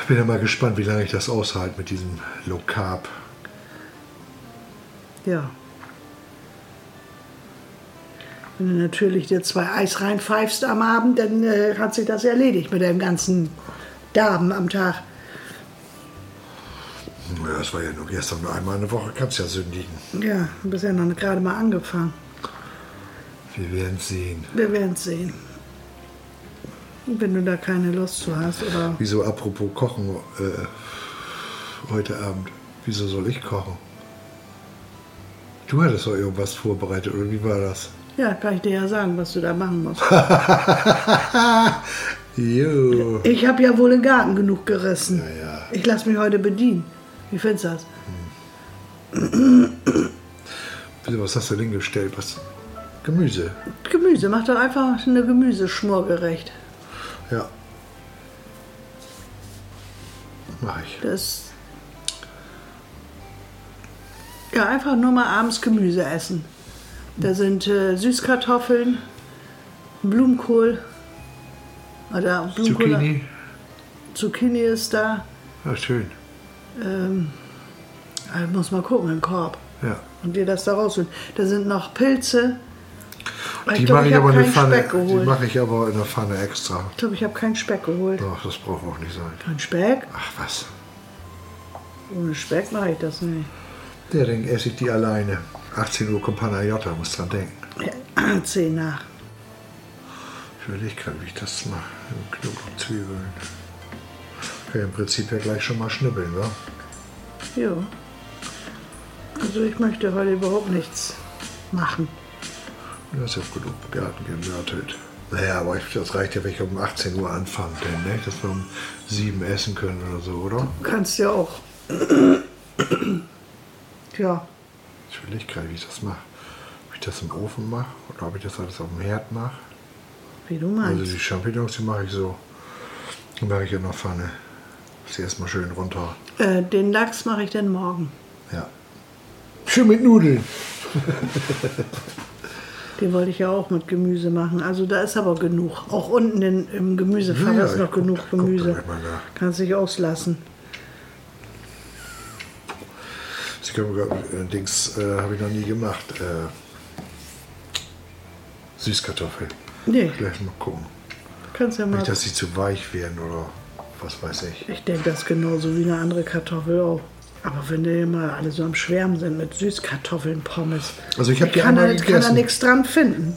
Ich bin ja mal gespannt, wie lange ich das aushalte mit diesem Low Carb. Ja. Wenn du natürlich dir zwei Eis reinpfeifst am Abend, dann äh, hat sich das erledigt mit dem ganzen Darben am Tag. Ja, Hm, das war ja nur gestern. Einmal eine Woche kannst ja sündigen. Ja, du bist ja noch gerade mal angefangen. Wir werden sehen. Wir werden sehen. Wenn du da keine Lust zu hast oder Wieso apropos Kochen äh, heute Abend? Wieso soll ich kochen? Du hattest doch irgendwas vorbereitet, oder wie war das? ja, kann ich dir ja sagen, was du da machen musst. Jo. Ich habe ja wohl im Garten genug gerissen. Ja, ja. Ich lasse mich heute bedienen. Wie findest du das? Bitte, was hast du denn gestellt? Was? Gemüse. Gemüse, mach doch einfach eine Gemüseschmor gerecht. Ja. Mach ich. Das. Ja, einfach nur mal abends Gemüse essen. Da sind äh, Süßkartoffeln, Blumenkohl. Oder Blumenkohl. Zucchini. Zucchini ist da. Ja, Ah, schön. Ähm, also muss mal gucken im Korb Ja. und dir das da rausholen. Da sind noch Pilze. Die mache ich hab aber in der keinen Pfanne. Speck Die geholt. mache ich aber in der Pfanne extra. Ich glaube, ich habe keinen Speck geholt. Doch, das braucht auch nicht sein. Kein Speck? Ach was. Ohne Speck mache ich das nicht. Der denkt, esse ich die alleine. 18 Uhr kommt Panayota, muss dran denken. Ja, Äh, Zehn nach. Ich überlege gerade, wie ich das mache. Mit Knoblauch, Zwiebeln. Kann ich im Prinzip ja gleich schon mal schnibbeln, ne? wa? Ja. Also ich möchte heute überhaupt nichts machen. Das ist ja gut im Garten genörtelt. Naja, aber ich, das reicht ja, wenn ich um 18 Uhr anfange, denn, ne? Dass wir um 7 essen können oder so, oder? Du kannst ja auch. Tja, Ich überlege gerade, wie ich das mache. Ob ich das im Ofen mache oder ob ich das alles auf dem Herd mache. wie du Also meinst. die Champignons, die mache ich so. Die mache ich in der Pfanne. Sie erstmal schön runter. äh, den Lachs mache ich dann morgen. Ja. Schön mit Nudeln. Den wollte ich ja auch mit Gemüse machen. Also da ist aber genug. Auch unten in, im Gemüsefach Ja, ja, ist ich noch guck- genug ich guck da Gemüse. gleich mal nach. Kannst dich auslassen. Sie können mir grad- äh, Dings äh, habe ich noch nie gemacht. Äh, Süßkartoffeln. Nee, Gleich mal gucken. kannst ja mal. Nicht, dass sie zu weich werden oder was weiß ich. Ich denke, das ist genauso wie eine andere Kartoffel auch. Aber wenn die immer alle so am Schwärmen sind mit Süßkartoffeln, Pommes. Also ich hab die kann einmal da, Ich kann da gegessen. nichts dran finden.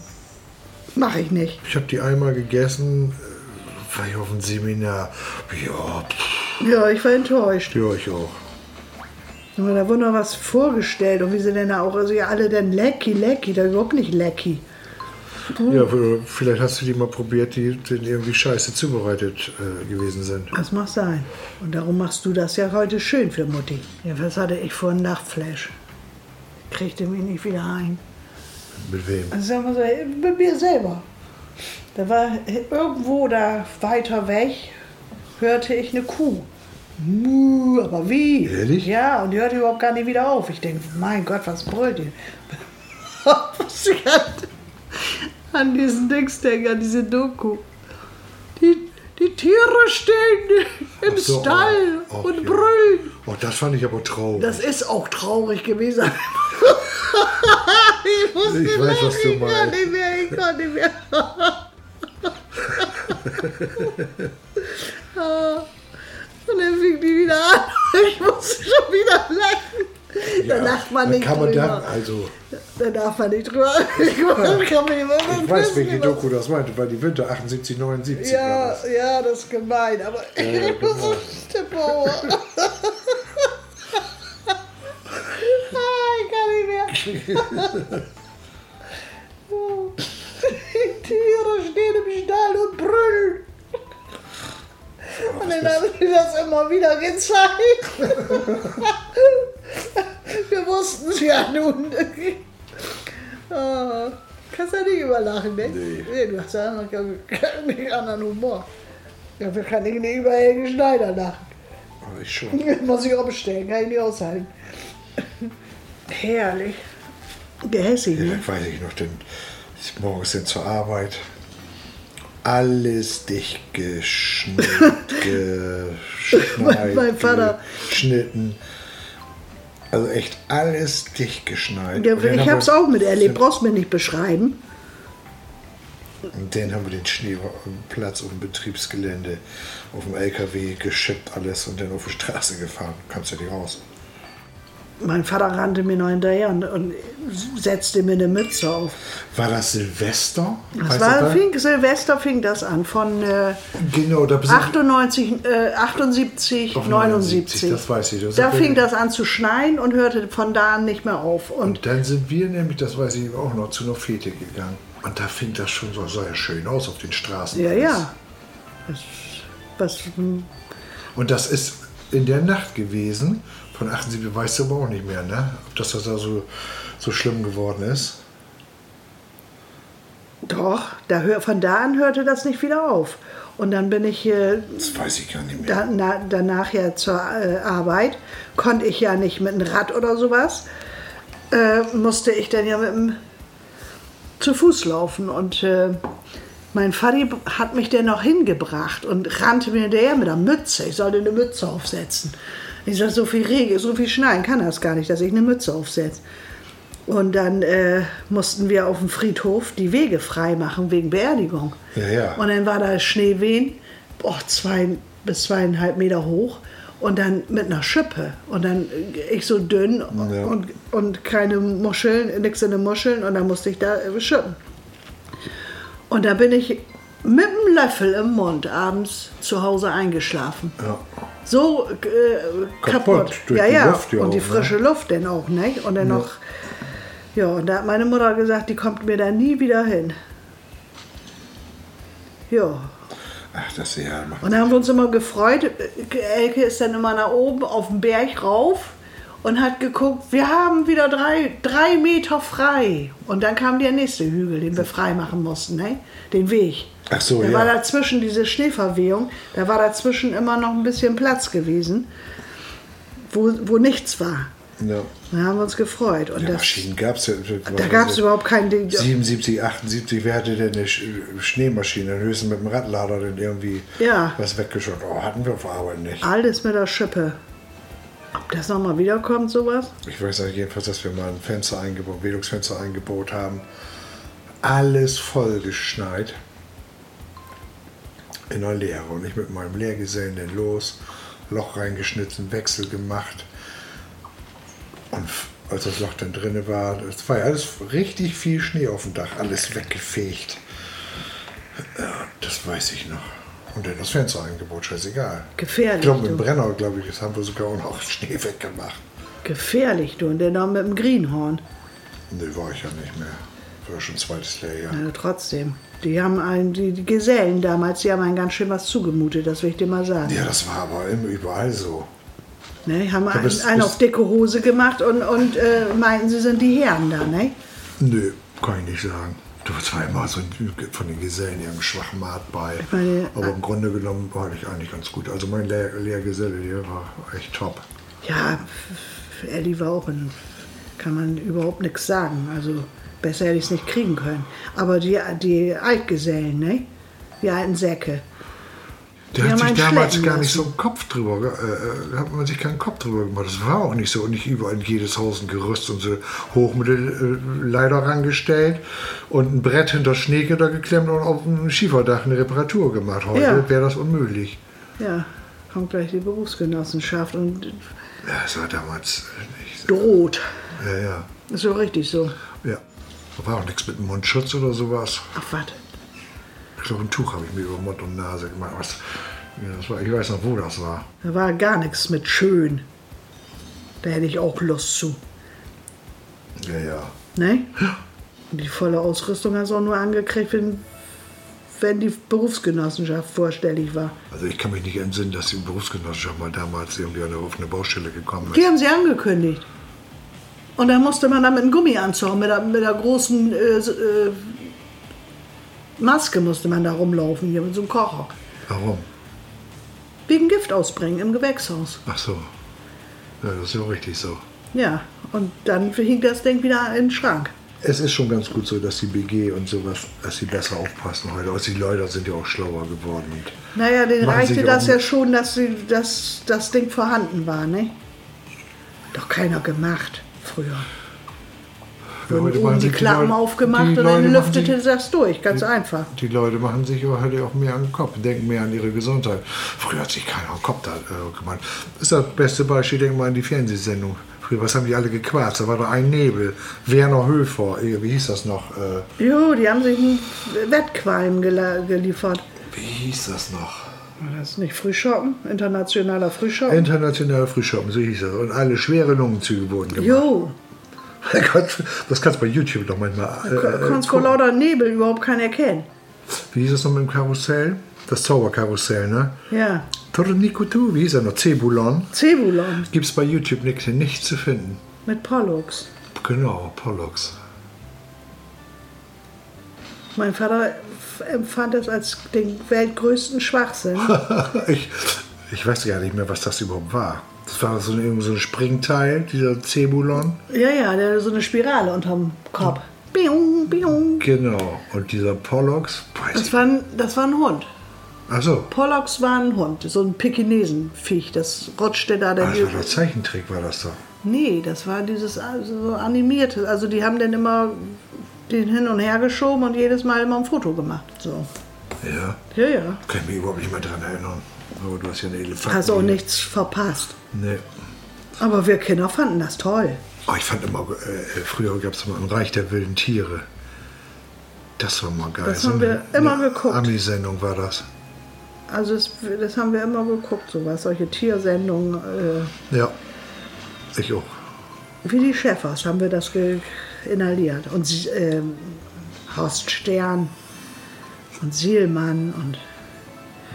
Mache ich nicht. Ich habe die einmal gegessen, äh, war ich auf dem Seminar. Ja, pff, Ja, ich war enttäuscht. ja, ich auch. Aber da wurde noch was vorgestellt und wie sie denn da auch, also ja alle dann lecky, lecky, da überhaupt nicht lecky. Ja, vielleicht hast du die mal probiert, die sind irgendwie scheiße zubereitet äh, gewesen sind. Das mag sein. Und darum machst du das ja heute schön für Mutti. Jedenfalls hatte ich vorhin Nachtflash. Kriegte mich nicht wieder ein. Mit wem? Also sagen wir so, bei mir selber. Da war irgendwo da weiter weg, hörte ich eine Kuh. Muh, aber wie? Ehrlich? Ja, und die hörte überhaupt gar nicht wieder auf. Ich denke, mein Gott, was brüllt ihr? Was ich an, an diesen Dings denke, an diese Doku. Die, die Tiere stehen im Ach so, Stall oh, und ja. brüllen. Oh, das fand ich aber traurig. Das ist auch traurig gewesen. ich wusste Ich weiß, was du ich kann meinst. nicht mehr, ich kann nicht mehr. Ah, Und dann fing die wieder an. Ich musste schon wieder lachen. Ja, da lacht man nicht kann man dann, drüber. also, Da darf man nicht drüber. Ich kann mir immer ich weiß, welche Doku das meinte, weil die Winter 78, 79 war Ja, das. genau. ja, das ist gemein, aber ich muss so Stimme hoch. ah, ich kann nicht mehr. Die Tiere stehen im Stall und brüllen. Und dann haben sie das immer wieder gezeigt. Wir wussten es ja nun. Ah, kannst ja nicht überlachen, ne? Nee. du hast ja noch keinen anderen Humor. Dafür kann ich nicht über Helge Schneider lachen. Aber Oh, ich schon. Muss ich umstellen, kann ich nicht aushalten. Herrlich. Gehässig, Ja, ne? das weiß ich noch, denn ich morgens denn zur Arbeit. alles dicht geschnitten. geschneit, Mein Vater. Geschnitten. Also echt alles dicht geschneit. Ja, Und dann ich haben habe es wir- auch miterlebt, brauchst mir nicht beschreiben. Und den haben wir den Schneeplatz auf dem Betriebsgelände auf dem LKW geschippt, alles und dann auf die Straße gefahren. Kannst ja nicht raus. Mein Vater rannte mir noch hinterher und, und setzte mir eine Mütze auf. War das Silvester? Das Weißt war, du fing, Silvester fing das an, von äh, Genau, da bist du- 98, äh, 78, Auf 79. 79, das weiß ich, das da ist- fing das an zu schneien und hörte von da an nicht mehr auf. Und Und dann sind wir nämlich, das weiß ich auch noch, zu einer Fete gegangen. Und da fing das schon so, sah ja schön aus auf den Straßen. ja, alles. ja. Das, was, hm, Und das ist in der Nacht gewesen. Von 78 weißt du aber auch nicht mehr, ne? Ob das, das da so, so schlimm geworden ist. doch, da, hör- von da an hörte das nicht wieder auf. Und dann bin ich äh, Das weiß ich gar nicht mehr. da, na, danach ja zur äh, Arbeit, konnte ich ja nicht mit einem Rad oder sowas, äh, musste ich dann ja mit dem, zu Fuß laufen. Und äh, mein Vati hat mich dann noch hingebracht und rannte mir hinterher mit der Mütze. Ich sollte eine Mütze aufsetzen. Ich sage, so viel Regen, so viel Schneien kann das gar nicht, dass ich eine Mütze aufsetze. Und dann äh, mussten wir auf dem Friedhof die Wege freimachen wegen Beerdigung. Ja, ja. Und dann war da Schneewehen, boah, zwei bis zweieinhalb Meter hoch und dann mit einer Schippe. Und dann äh, ich so dünn Ja. und, und keine Muscheln, nichts in den Muscheln und dann musste ich da äh, schippen. Und da bin ich mit dem Löffel im Mund abends zu Hause eingeschlafen. Ja. So äh, kaputt. Kaputt, durch ja, die ja. Luft ja und die auch, ne? frische Luft dann auch, nicht? Und dann noch. Ja, und da hat meine Mutter gesagt, die kommt mir da nie wieder hin. Ja, Ach, das ist ja. und da haben wir uns immer gefreut. Elke ist dann immer nach oben auf den Berg rauf und hat geguckt, wir haben wieder drei, drei Meter frei. Und dann kam der nächste Hügel, den wir frei machen mussten, ne? den Weg. Ach so, da ja. war dazwischen diese Schneeverwehung, da war dazwischen immer noch ein bisschen Platz gewesen, wo, wo nichts war. ja. Da haben wir uns gefreut. Und Ja, das, Maschinen gab es ja. äh, da gab es überhaupt kein Ding. 77, 78, wer hatte denn eine Sch- Schneemaschine? Dann höchstens mit dem Radlader dann irgendwie Ja. was weggeschaut. Oh, hatten wir auf Arbeit nicht. Alles mit der Schippe. Ob das nochmal wiederkommt, sowas? Ich weiß noch jedenfalls, dass wir mal ein Fenster eingebaut, Bildungsfenster eingebaut haben. Alles vollgeschneit. In der Lehre. Und ich mit meinem Lehrgesellen dann los, Loch reingeschnitten, Wechsel gemacht. Und f- als das Loch dann drinne war, es war ja alles richtig viel Schnee auf dem Dach, alles weggefegt. Ja, das weiß ich noch. Und dann das Fenster eingebaut, scheißegal. Gefährlich, Ich glaube, im du. Brenner, glaube ich, das haben wir sogar auch noch Schnee weggemacht. Gefährlich, du. Und dann noch mit dem Greenhorn. Nee, war ich ja nicht mehr. War schon zweites Lehrjahr. Ja, trotzdem. Die haben einen, die, die Gesellen damals, die haben einen ganz schön was zugemutet, das will ich dir mal sagen. Ja, das war aber immer überall so. Ne, die haben einen, bist- einen bist- auf dicke Hose gemacht und, und äh, meinten, sie sind die Herren da, ne? Nö, kann ich nicht sagen. Du warst zwar immer so ein- von den Gesellen irgendeinen schwachen Maat bei. meine, Aber im Grunde genommen war ich eigentlich ganz gut. Also mein Lehr Lehrgeselle, der war echt top. Ja, Ellie war auch ein, kann man überhaupt nichts sagen. Also besser hätte ich es nicht kriegen können. Aber die, die Altgesellen, ne? Die alten Säcke. Der hat Die haben sich einen damals schleppen gar nicht lassen. so einen Kopf drüber, ge- äh, äh, hat man sich keinen Kopf drüber gemacht. Das war auch nicht so. Und nicht überall in jedes Haus ein Gerüst und so Hochmittelleiter rangestellt und ein Brett hinter Schneegitter geklemmt und auf dem Schieferdach eine Reparatur gemacht. Heute Ja. wäre das unmöglich. Ja, kommt gleich die Berufsgenossenschaft und Ja, es war damals äh, nicht. droht. Ja, ja. Ist so richtig so. ja. Da war auch nichts mit Mundschutz oder sowas. Ach, was? Ich glaube, ein Tuch habe ich mir über Mund und Nase gemacht. Was, ja, das war, ich weiß noch, wo das war. Da war gar nichts mit schön. Da hätte ich auch Lust zu. Ja, ja. Ne? Und Die volle Ausrüstung hast du auch nur angekriegt, wenn, wenn die Berufsgenossenschaft vorstellig war. Also ich kann mich nicht entsinnen, dass die Berufsgenossenschaft mal damals irgendwie an der offenen Baustelle gekommen ist. Die haben sie angekündigt. Und dann musste man damit einen Gummianzug, mit der, mit der großen äh, s- äh, Maske musste man da rumlaufen, hier mit so einem Kocher. Warum? Wegen Gift ausbringen im Gewächshaus. Ach so. Ja, das ist ja auch richtig so. Ja, und dann hing das Ding wieder in den Schrank. es ist schon ganz gut so, dass die BG und sowas, dass sie besser aufpassen heute. Also die Leute sind ja auch schlauer geworden. Und Naja, denen Machen reichte sich das auch ja nicht- schon, dass, sie, dass das Ding vorhanden war, ne? Doch keiner gemacht früher. Wurden heute oben machen die sich Klappen Leute- aufgemacht die und Leute dann machen sich- lüftete das durch, ganz einfach. Die Leute machen sich aber heute auch mehr an den Kopf, denken mehr an ihre Gesundheit. Früher hat sich keiner an den Kopf da, äh, gemacht. Das ist das beste Beispiel, denk mal an die Fernsehsendung. Früher, was haben die alle gequatscht? Da war doch ein Nebel. Werner Höfer, äh, wie hieß das noch? Äh, Jo, die haben sich einen Wettqualm gela- geliefert. wie hieß das noch? War das nicht Frühschoppen? Internationaler Frühschoppen? Internationale Frühschoppen, so hieß das. Und alle schwere Lungenzüge wurden gemacht. Oh Jo, Gott, Das kannst du bei YouTube noch manchmal. du äh, kannst vor gucken. lauter Nebel überhaupt keinen erkennen. Wie hieß das noch mit dem Karussell? Das Zauberkarussell, ne? Ja, Tornikutu, wie hieß er noch? Cebulon. Zebulon Gibt's bei YouTube nichts, nichts zu finden. mit Pollux. Genau, Pollux. Mein Vater f- empfand das als den weltgrößten Schwachsinn. ich, ich weiß gar nicht mehr, was das überhaupt war. Das war so ein, irgend so ein Springteil, dieser Cebulon. Ja, ja, der so eine Spirale unterm Kopf. Biung, biung. Genau. Und dieser Pollux. Weiß Das ich. war, ein, das war ein Hund. Achso. Pollux war ein Hund, so ein Pekinesenviech. Das rutschte da dann. Das war doch Zeichentrick, war das doch. Nee, das war dieses also so animierte. Also die haben dann immer den hin und her geschoben und jedes Mal immer ein Foto gemacht. So. Ja. Ja, ja. Kann ich mich überhaupt nicht mehr dran erinnern. Aber du hast ja einen Elefanten. Hast auch nichts verpasst. Nee. Aber wir Kinder fanden das toll. Oh, ich fand immer, äh, früher gab es immer ein Reich der wilden Tiere. Das war mal geil. Das haben wir immer eine geguckt. Ami-Sendung war das. Also das, das haben wir immer geguckt, sowas, solche Tiersendungen. Äh, Ja. Ich auch. wie die Schäfers haben wir das ge- inhaliert. Und sie- ähm, Horst Stern und Sielmann und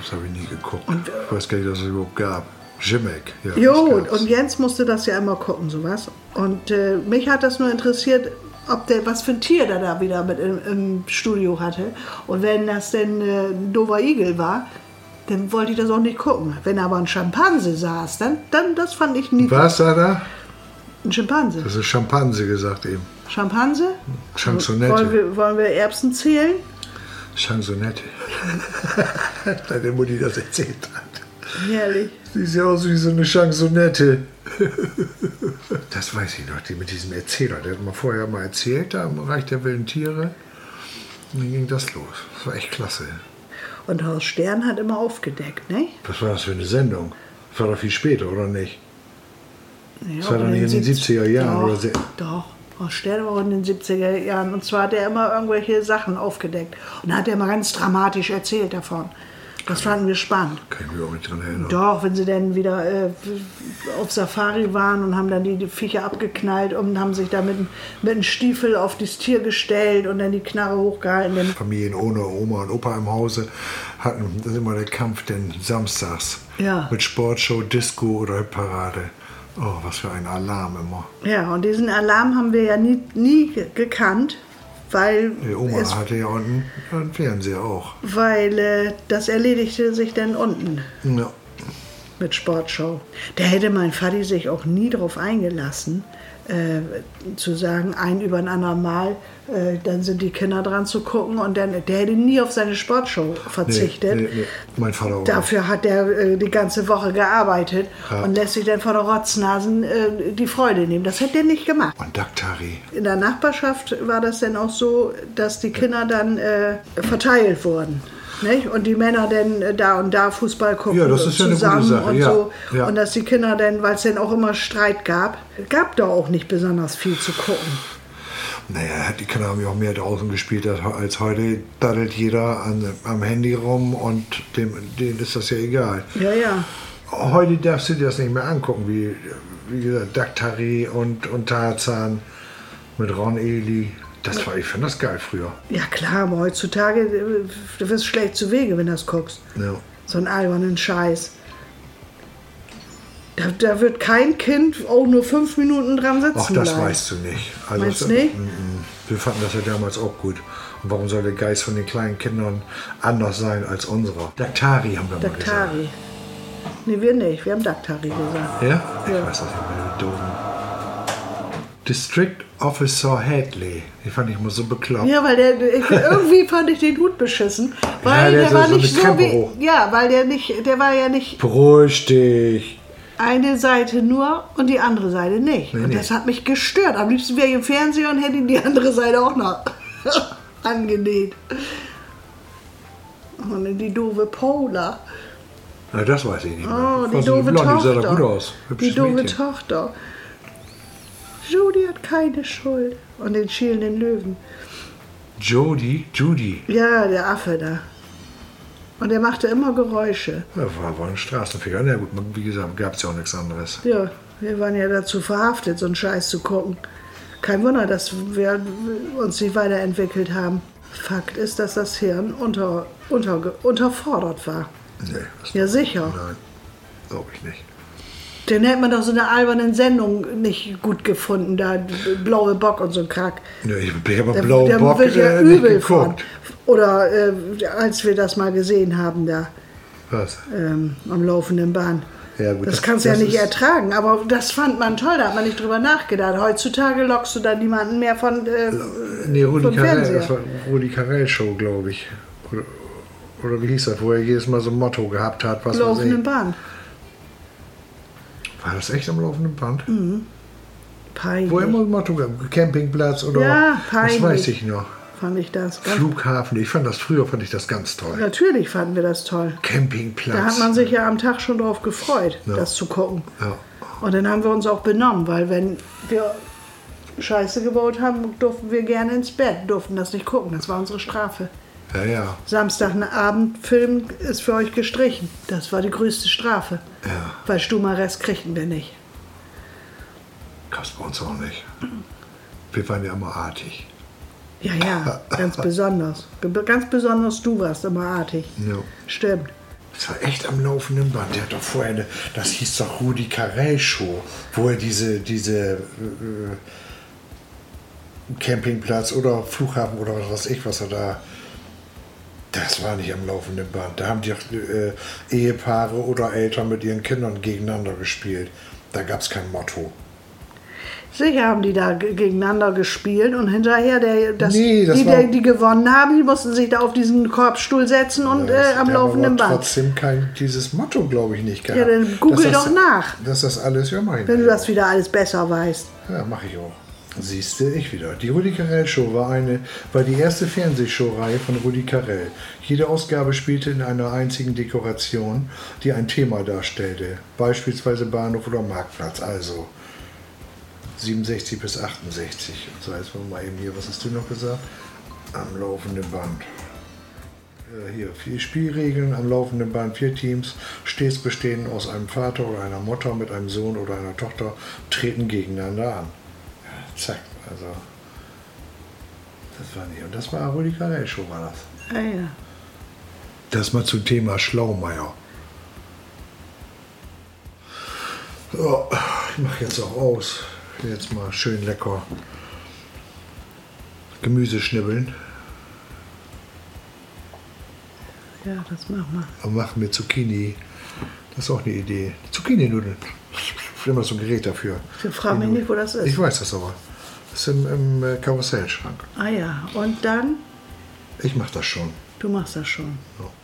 Das habe ich nie geguckt. ich weiß gar nicht, dass es überhaupt gab. Jimmick. Ja, äh, Jo, das gab's. und Jens musste das ja immer gucken, sowas. Und äh, mich hat das nur interessiert, ob der, was für ein Tier der da wieder mit im, im Studio hatte. Und wenn das denn äh, ein doofer Igel war, dann wollte ich das auch nicht gucken. Wenn aber ein Schimpanse saß, dann, dann das fand ich nie. Was sah da? Ein Schimpanse. Das ist Schimpanse gesagt eben. Schimpanse? Wollen Chansonette. wir, wollen wir Erbsen zählen? Chansonette. Deine Mutti das erzählt hat. Herrlich. Sie sieht aus wie so eine Chansonette. das weiß ich noch, die mit diesem Erzähler. Der hat mir vorher mal erzählt, da im Reich der wilden Tiere. Und dann ging das los. Das war echt klasse. Und Horst Stern hat immer aufgedeckt, ne? Was war das für eine Sendung? Das war doch viel später, oder nicht? Ja, Das war dann oder in den 70er Jahren Doch, oder se- doch. Horst Stern war in den 70er Jahren. Und zwar hat er immer irgendwelche Sachen aufgedeckt. Und da hat er immer ganz dramatisch erzählt davon. Das fanden wir spannend. Kann ich mich auch nicht dran erinnern. Doch, wenn sie dann wieder äh, auf Safari waren und haben dann die, die Viecher abgeknallt und haben sich da mit, dem- mit einem Stiefel auf das Tier gestellt und dann die Knarre hochgehalten. Dann Familien ohne Oma und Opa im Hause hatten das ist immer der Kampf denn samstags. Ja. Mit Sportshow, Disco oder Hitparade. Oh, was für ein Alarm immer. Ja, und diesen Alarm haben wir ja nie, nie ge- gekannt, weil, Die Oma es, hatte ja unten einen Fernseher auch. weil äh, das erledigte sich dann unten Ja. mit Sportschau. Da hätte mein Vati sich auch nie drauf eingelassen, äh, zu sagen, ein über ein anderen Mal, äh, dann sind die Kinder dran zu gucken und dann, der hätte nie auf seine Sportschau Nee, verzichtet. nee, nee. Mein Vater auch. Dafür hat er äh, die ganze Woche gearbeitet Ja. und lässt sich dann von der Rotznasen äh, die Freude nehmen. Das hätte er nicht gemacht. Und Daktari. In der Nachbarschaft war das dann auch so, dass die Kinder dann äh, verteilt wurden. Nicht? Und die Männer dann äh, da und da Fußball gucken Ja, das ist ja eine gute zusammen Sache, und ja, so. ja. Und dass die Kinder dann, weil es dann auch immer Streit gab, gab da auch nicht besonders viel zu gucken. Naja, die Kinder haben ja auch mehr draußen gespielt als- als heute. Daddelt jeder an, am Handy rum und dem, denen ist das ja egal. Ja, ja. Heute darfst du dir das nicht mehr angucken, wie, wie gesagt, Daktari und, und Tarzan mit Ron Eli. Das war, ich fand das geil früher. Ja klar, aber heutzutage, äh, du wirst schlecht zu Wege, wenn du das guckst. Ja. So einen albernen Scheiß. Da, da wird kein Kind auch nur fünf Minuten dran sitzen Ach, das bleiben. weißt du nicht. Also, Meinst das- du nicht? Mm, mm. Wir fanden das ja damals auch gut. Und warum soll der Geist von den kleinen Kindern anders sein als unserer? Daktari haben wir mal gesagt. Daktari. Nee, wir nicht. Wir haben Daktari gesagt. Ja? Ich Ja. weiß das nicht mehr, du doofen. District Officer Hadley. Den fand ich immer so bekloppt. Ja, weil der ich, irgendwie fand ich den gut beschissen, weil der der, hat so- war so nicht eine so Treppe wie hoch. ja, weil der nicht, der war ja nicht Beruhig dich. eine Seite nur und die andere Seite nicht. Nee, und nee. das hat mich gestört. Am liebsten wäre ich im Fernseher und hätte die andere Seite auch noch angenäht. Und die doofe Paula. Na, das weiß ich nicht mehr. Oh, Das die war so eine doofe Blonde, die sah Tochter. da gut aus. Die Hübsches doofe Mädchen. Tochter. Judy hat keine Schuld. Und den schielenden Löwen. Jody, Judy. Ja, der Affe da. Und er machte immer Geräusche. Ja, war, war ein Straßenfeger. Na gut, man- wie gesagt, gab es ja auch nichts anderes. Ja, wir waren ja dazu verhaftet, so einen Scheiß zu gucken. Kein Wunder, dass wir uns nicht weiterentwickelt haben. Fakt ist, dass das Hirn unter, unter, unterfordert war. Nee, das Ja, sicher. nein, glaube ich nicht. Den hätte man doch so eine albernen Sendung nicht gut gefunden, da blaue Bock und so ein Krack. Nee, ich ich habe Der, blau der Bock wird ja äh, nicht übel von. geguckt. Oder äh, als wir das mal gesehen haben da Was? ähm, am laufenden Bahn. Ja, gut, das, das- kannst du ja das nicht ist- ertragen, aber das fand man toll, da hat man nicht drüber nachgedacht. Heutzutage lockst du da niemanden mehr von. Äh, Nee, Rudi Vom Carell, Fernseher. das war Rudi Carell Show, glaube ich. Oder, oder wie hieß das, wo er jedes Mal so ein Motto gehabt hat, was weiß ich. laufenden Bahn. War das echt am laufenden Band? Mhm. Peinlich Wo er immer ein Motto gab, Campingplatz oder Ja, das peinlich. weiß ich noch. fand ich das. Ganz, Flughafen, ich fand das früher fand ich das ganz toll. natürlich fanden wir das toll. Campingplatz. Da hat man sich ja am Tag schon drauf gefreut, Ja. das zu gucken. ja. Und dann haben wir uns auch benommen, weil wenn wir Scheiße gebaut haben, durften wir gerne ins Bett, durften das nicht gucken. Das war unsere Strafe. ja, ja, Samstagabendfilm ist für euch gestrichen. Das war die größte Strafe. Ja. Weil Stumarrest kriegten wir nicht. gab's bei uns auch nicht. Wir waren ja immer artig. Ja, ja, ganz besonders. Ge- Ganz besonders du warst immer artig. Ja. Stimmt. Das war echt am laufenden Band. Der hat doch vorher eine, das hieß doch Rudi Carell Show, wo er diese, diese äh, äh, Campingplatz oder Flughafen oder was weiß ich, was er da. Das war nicht am laufenden Band. Da haben die äh, Ehepaare oder Eltern mit ihren Kindern gegeneinander gespielt. Da gab es kein Motto. Sicher haben die da ge- gegeneinander gespielt und hinterher, der, das, Nee, das die, war- der, die gewonnen haben, die mussten sich da auf diesen Korbstuhl setzen und Ja, äh, das- am die haben laufenden aber Band. trotzdem kein dieses Motto, glaube ich, nicht gehabt. Ja, dann google Dass doch nach. Dass das alles, ja, mach ich Wenn du nachher. das wieder alles besser weißt. Ja, mache ich auch. Siehst du, ich wieder. Die Rudi Carell Show war eine, war die erste Fernsehshowreihe von Rudi Carell. Jede Ausgabe spielte in einer einzigen Dekoration, die ein Thema darstellte, beispielsweise Bahnhof oder Marktplatz. Also 67 bis 68. Und so jetzt wollen wir mal eben hier. Was hast du noch gesagt? Am laufenden Band. Äh, Hier, vier Spielregeln am laufenden Band, vier Teams, stets bestehend aus einem Vater oder einer Mutter mit einem Sohn oder einer Tochter, treten gegeneinander an. Ja, zack, also. Das war nicht. Und das war Rudi Carell schon war das. Ah, ja. Das mal zum Thema Schlaumeier. So, ich mache jetzt auch aus. Jetzt mal schön lecker Gemüse schnibbeln ja, das machen wir. und mache mir Zucchini. Das ist auch eine Idee. Zucchini-Nudeln. Ich habe immer so ein Gerät dafür. Wir fragen mich nicht, wo das ist. Ich weiß das aber. Das ist im, im äh, Karussellschrank. Ah ja, und dann? Ich mache das schon. Du machst das schon. So.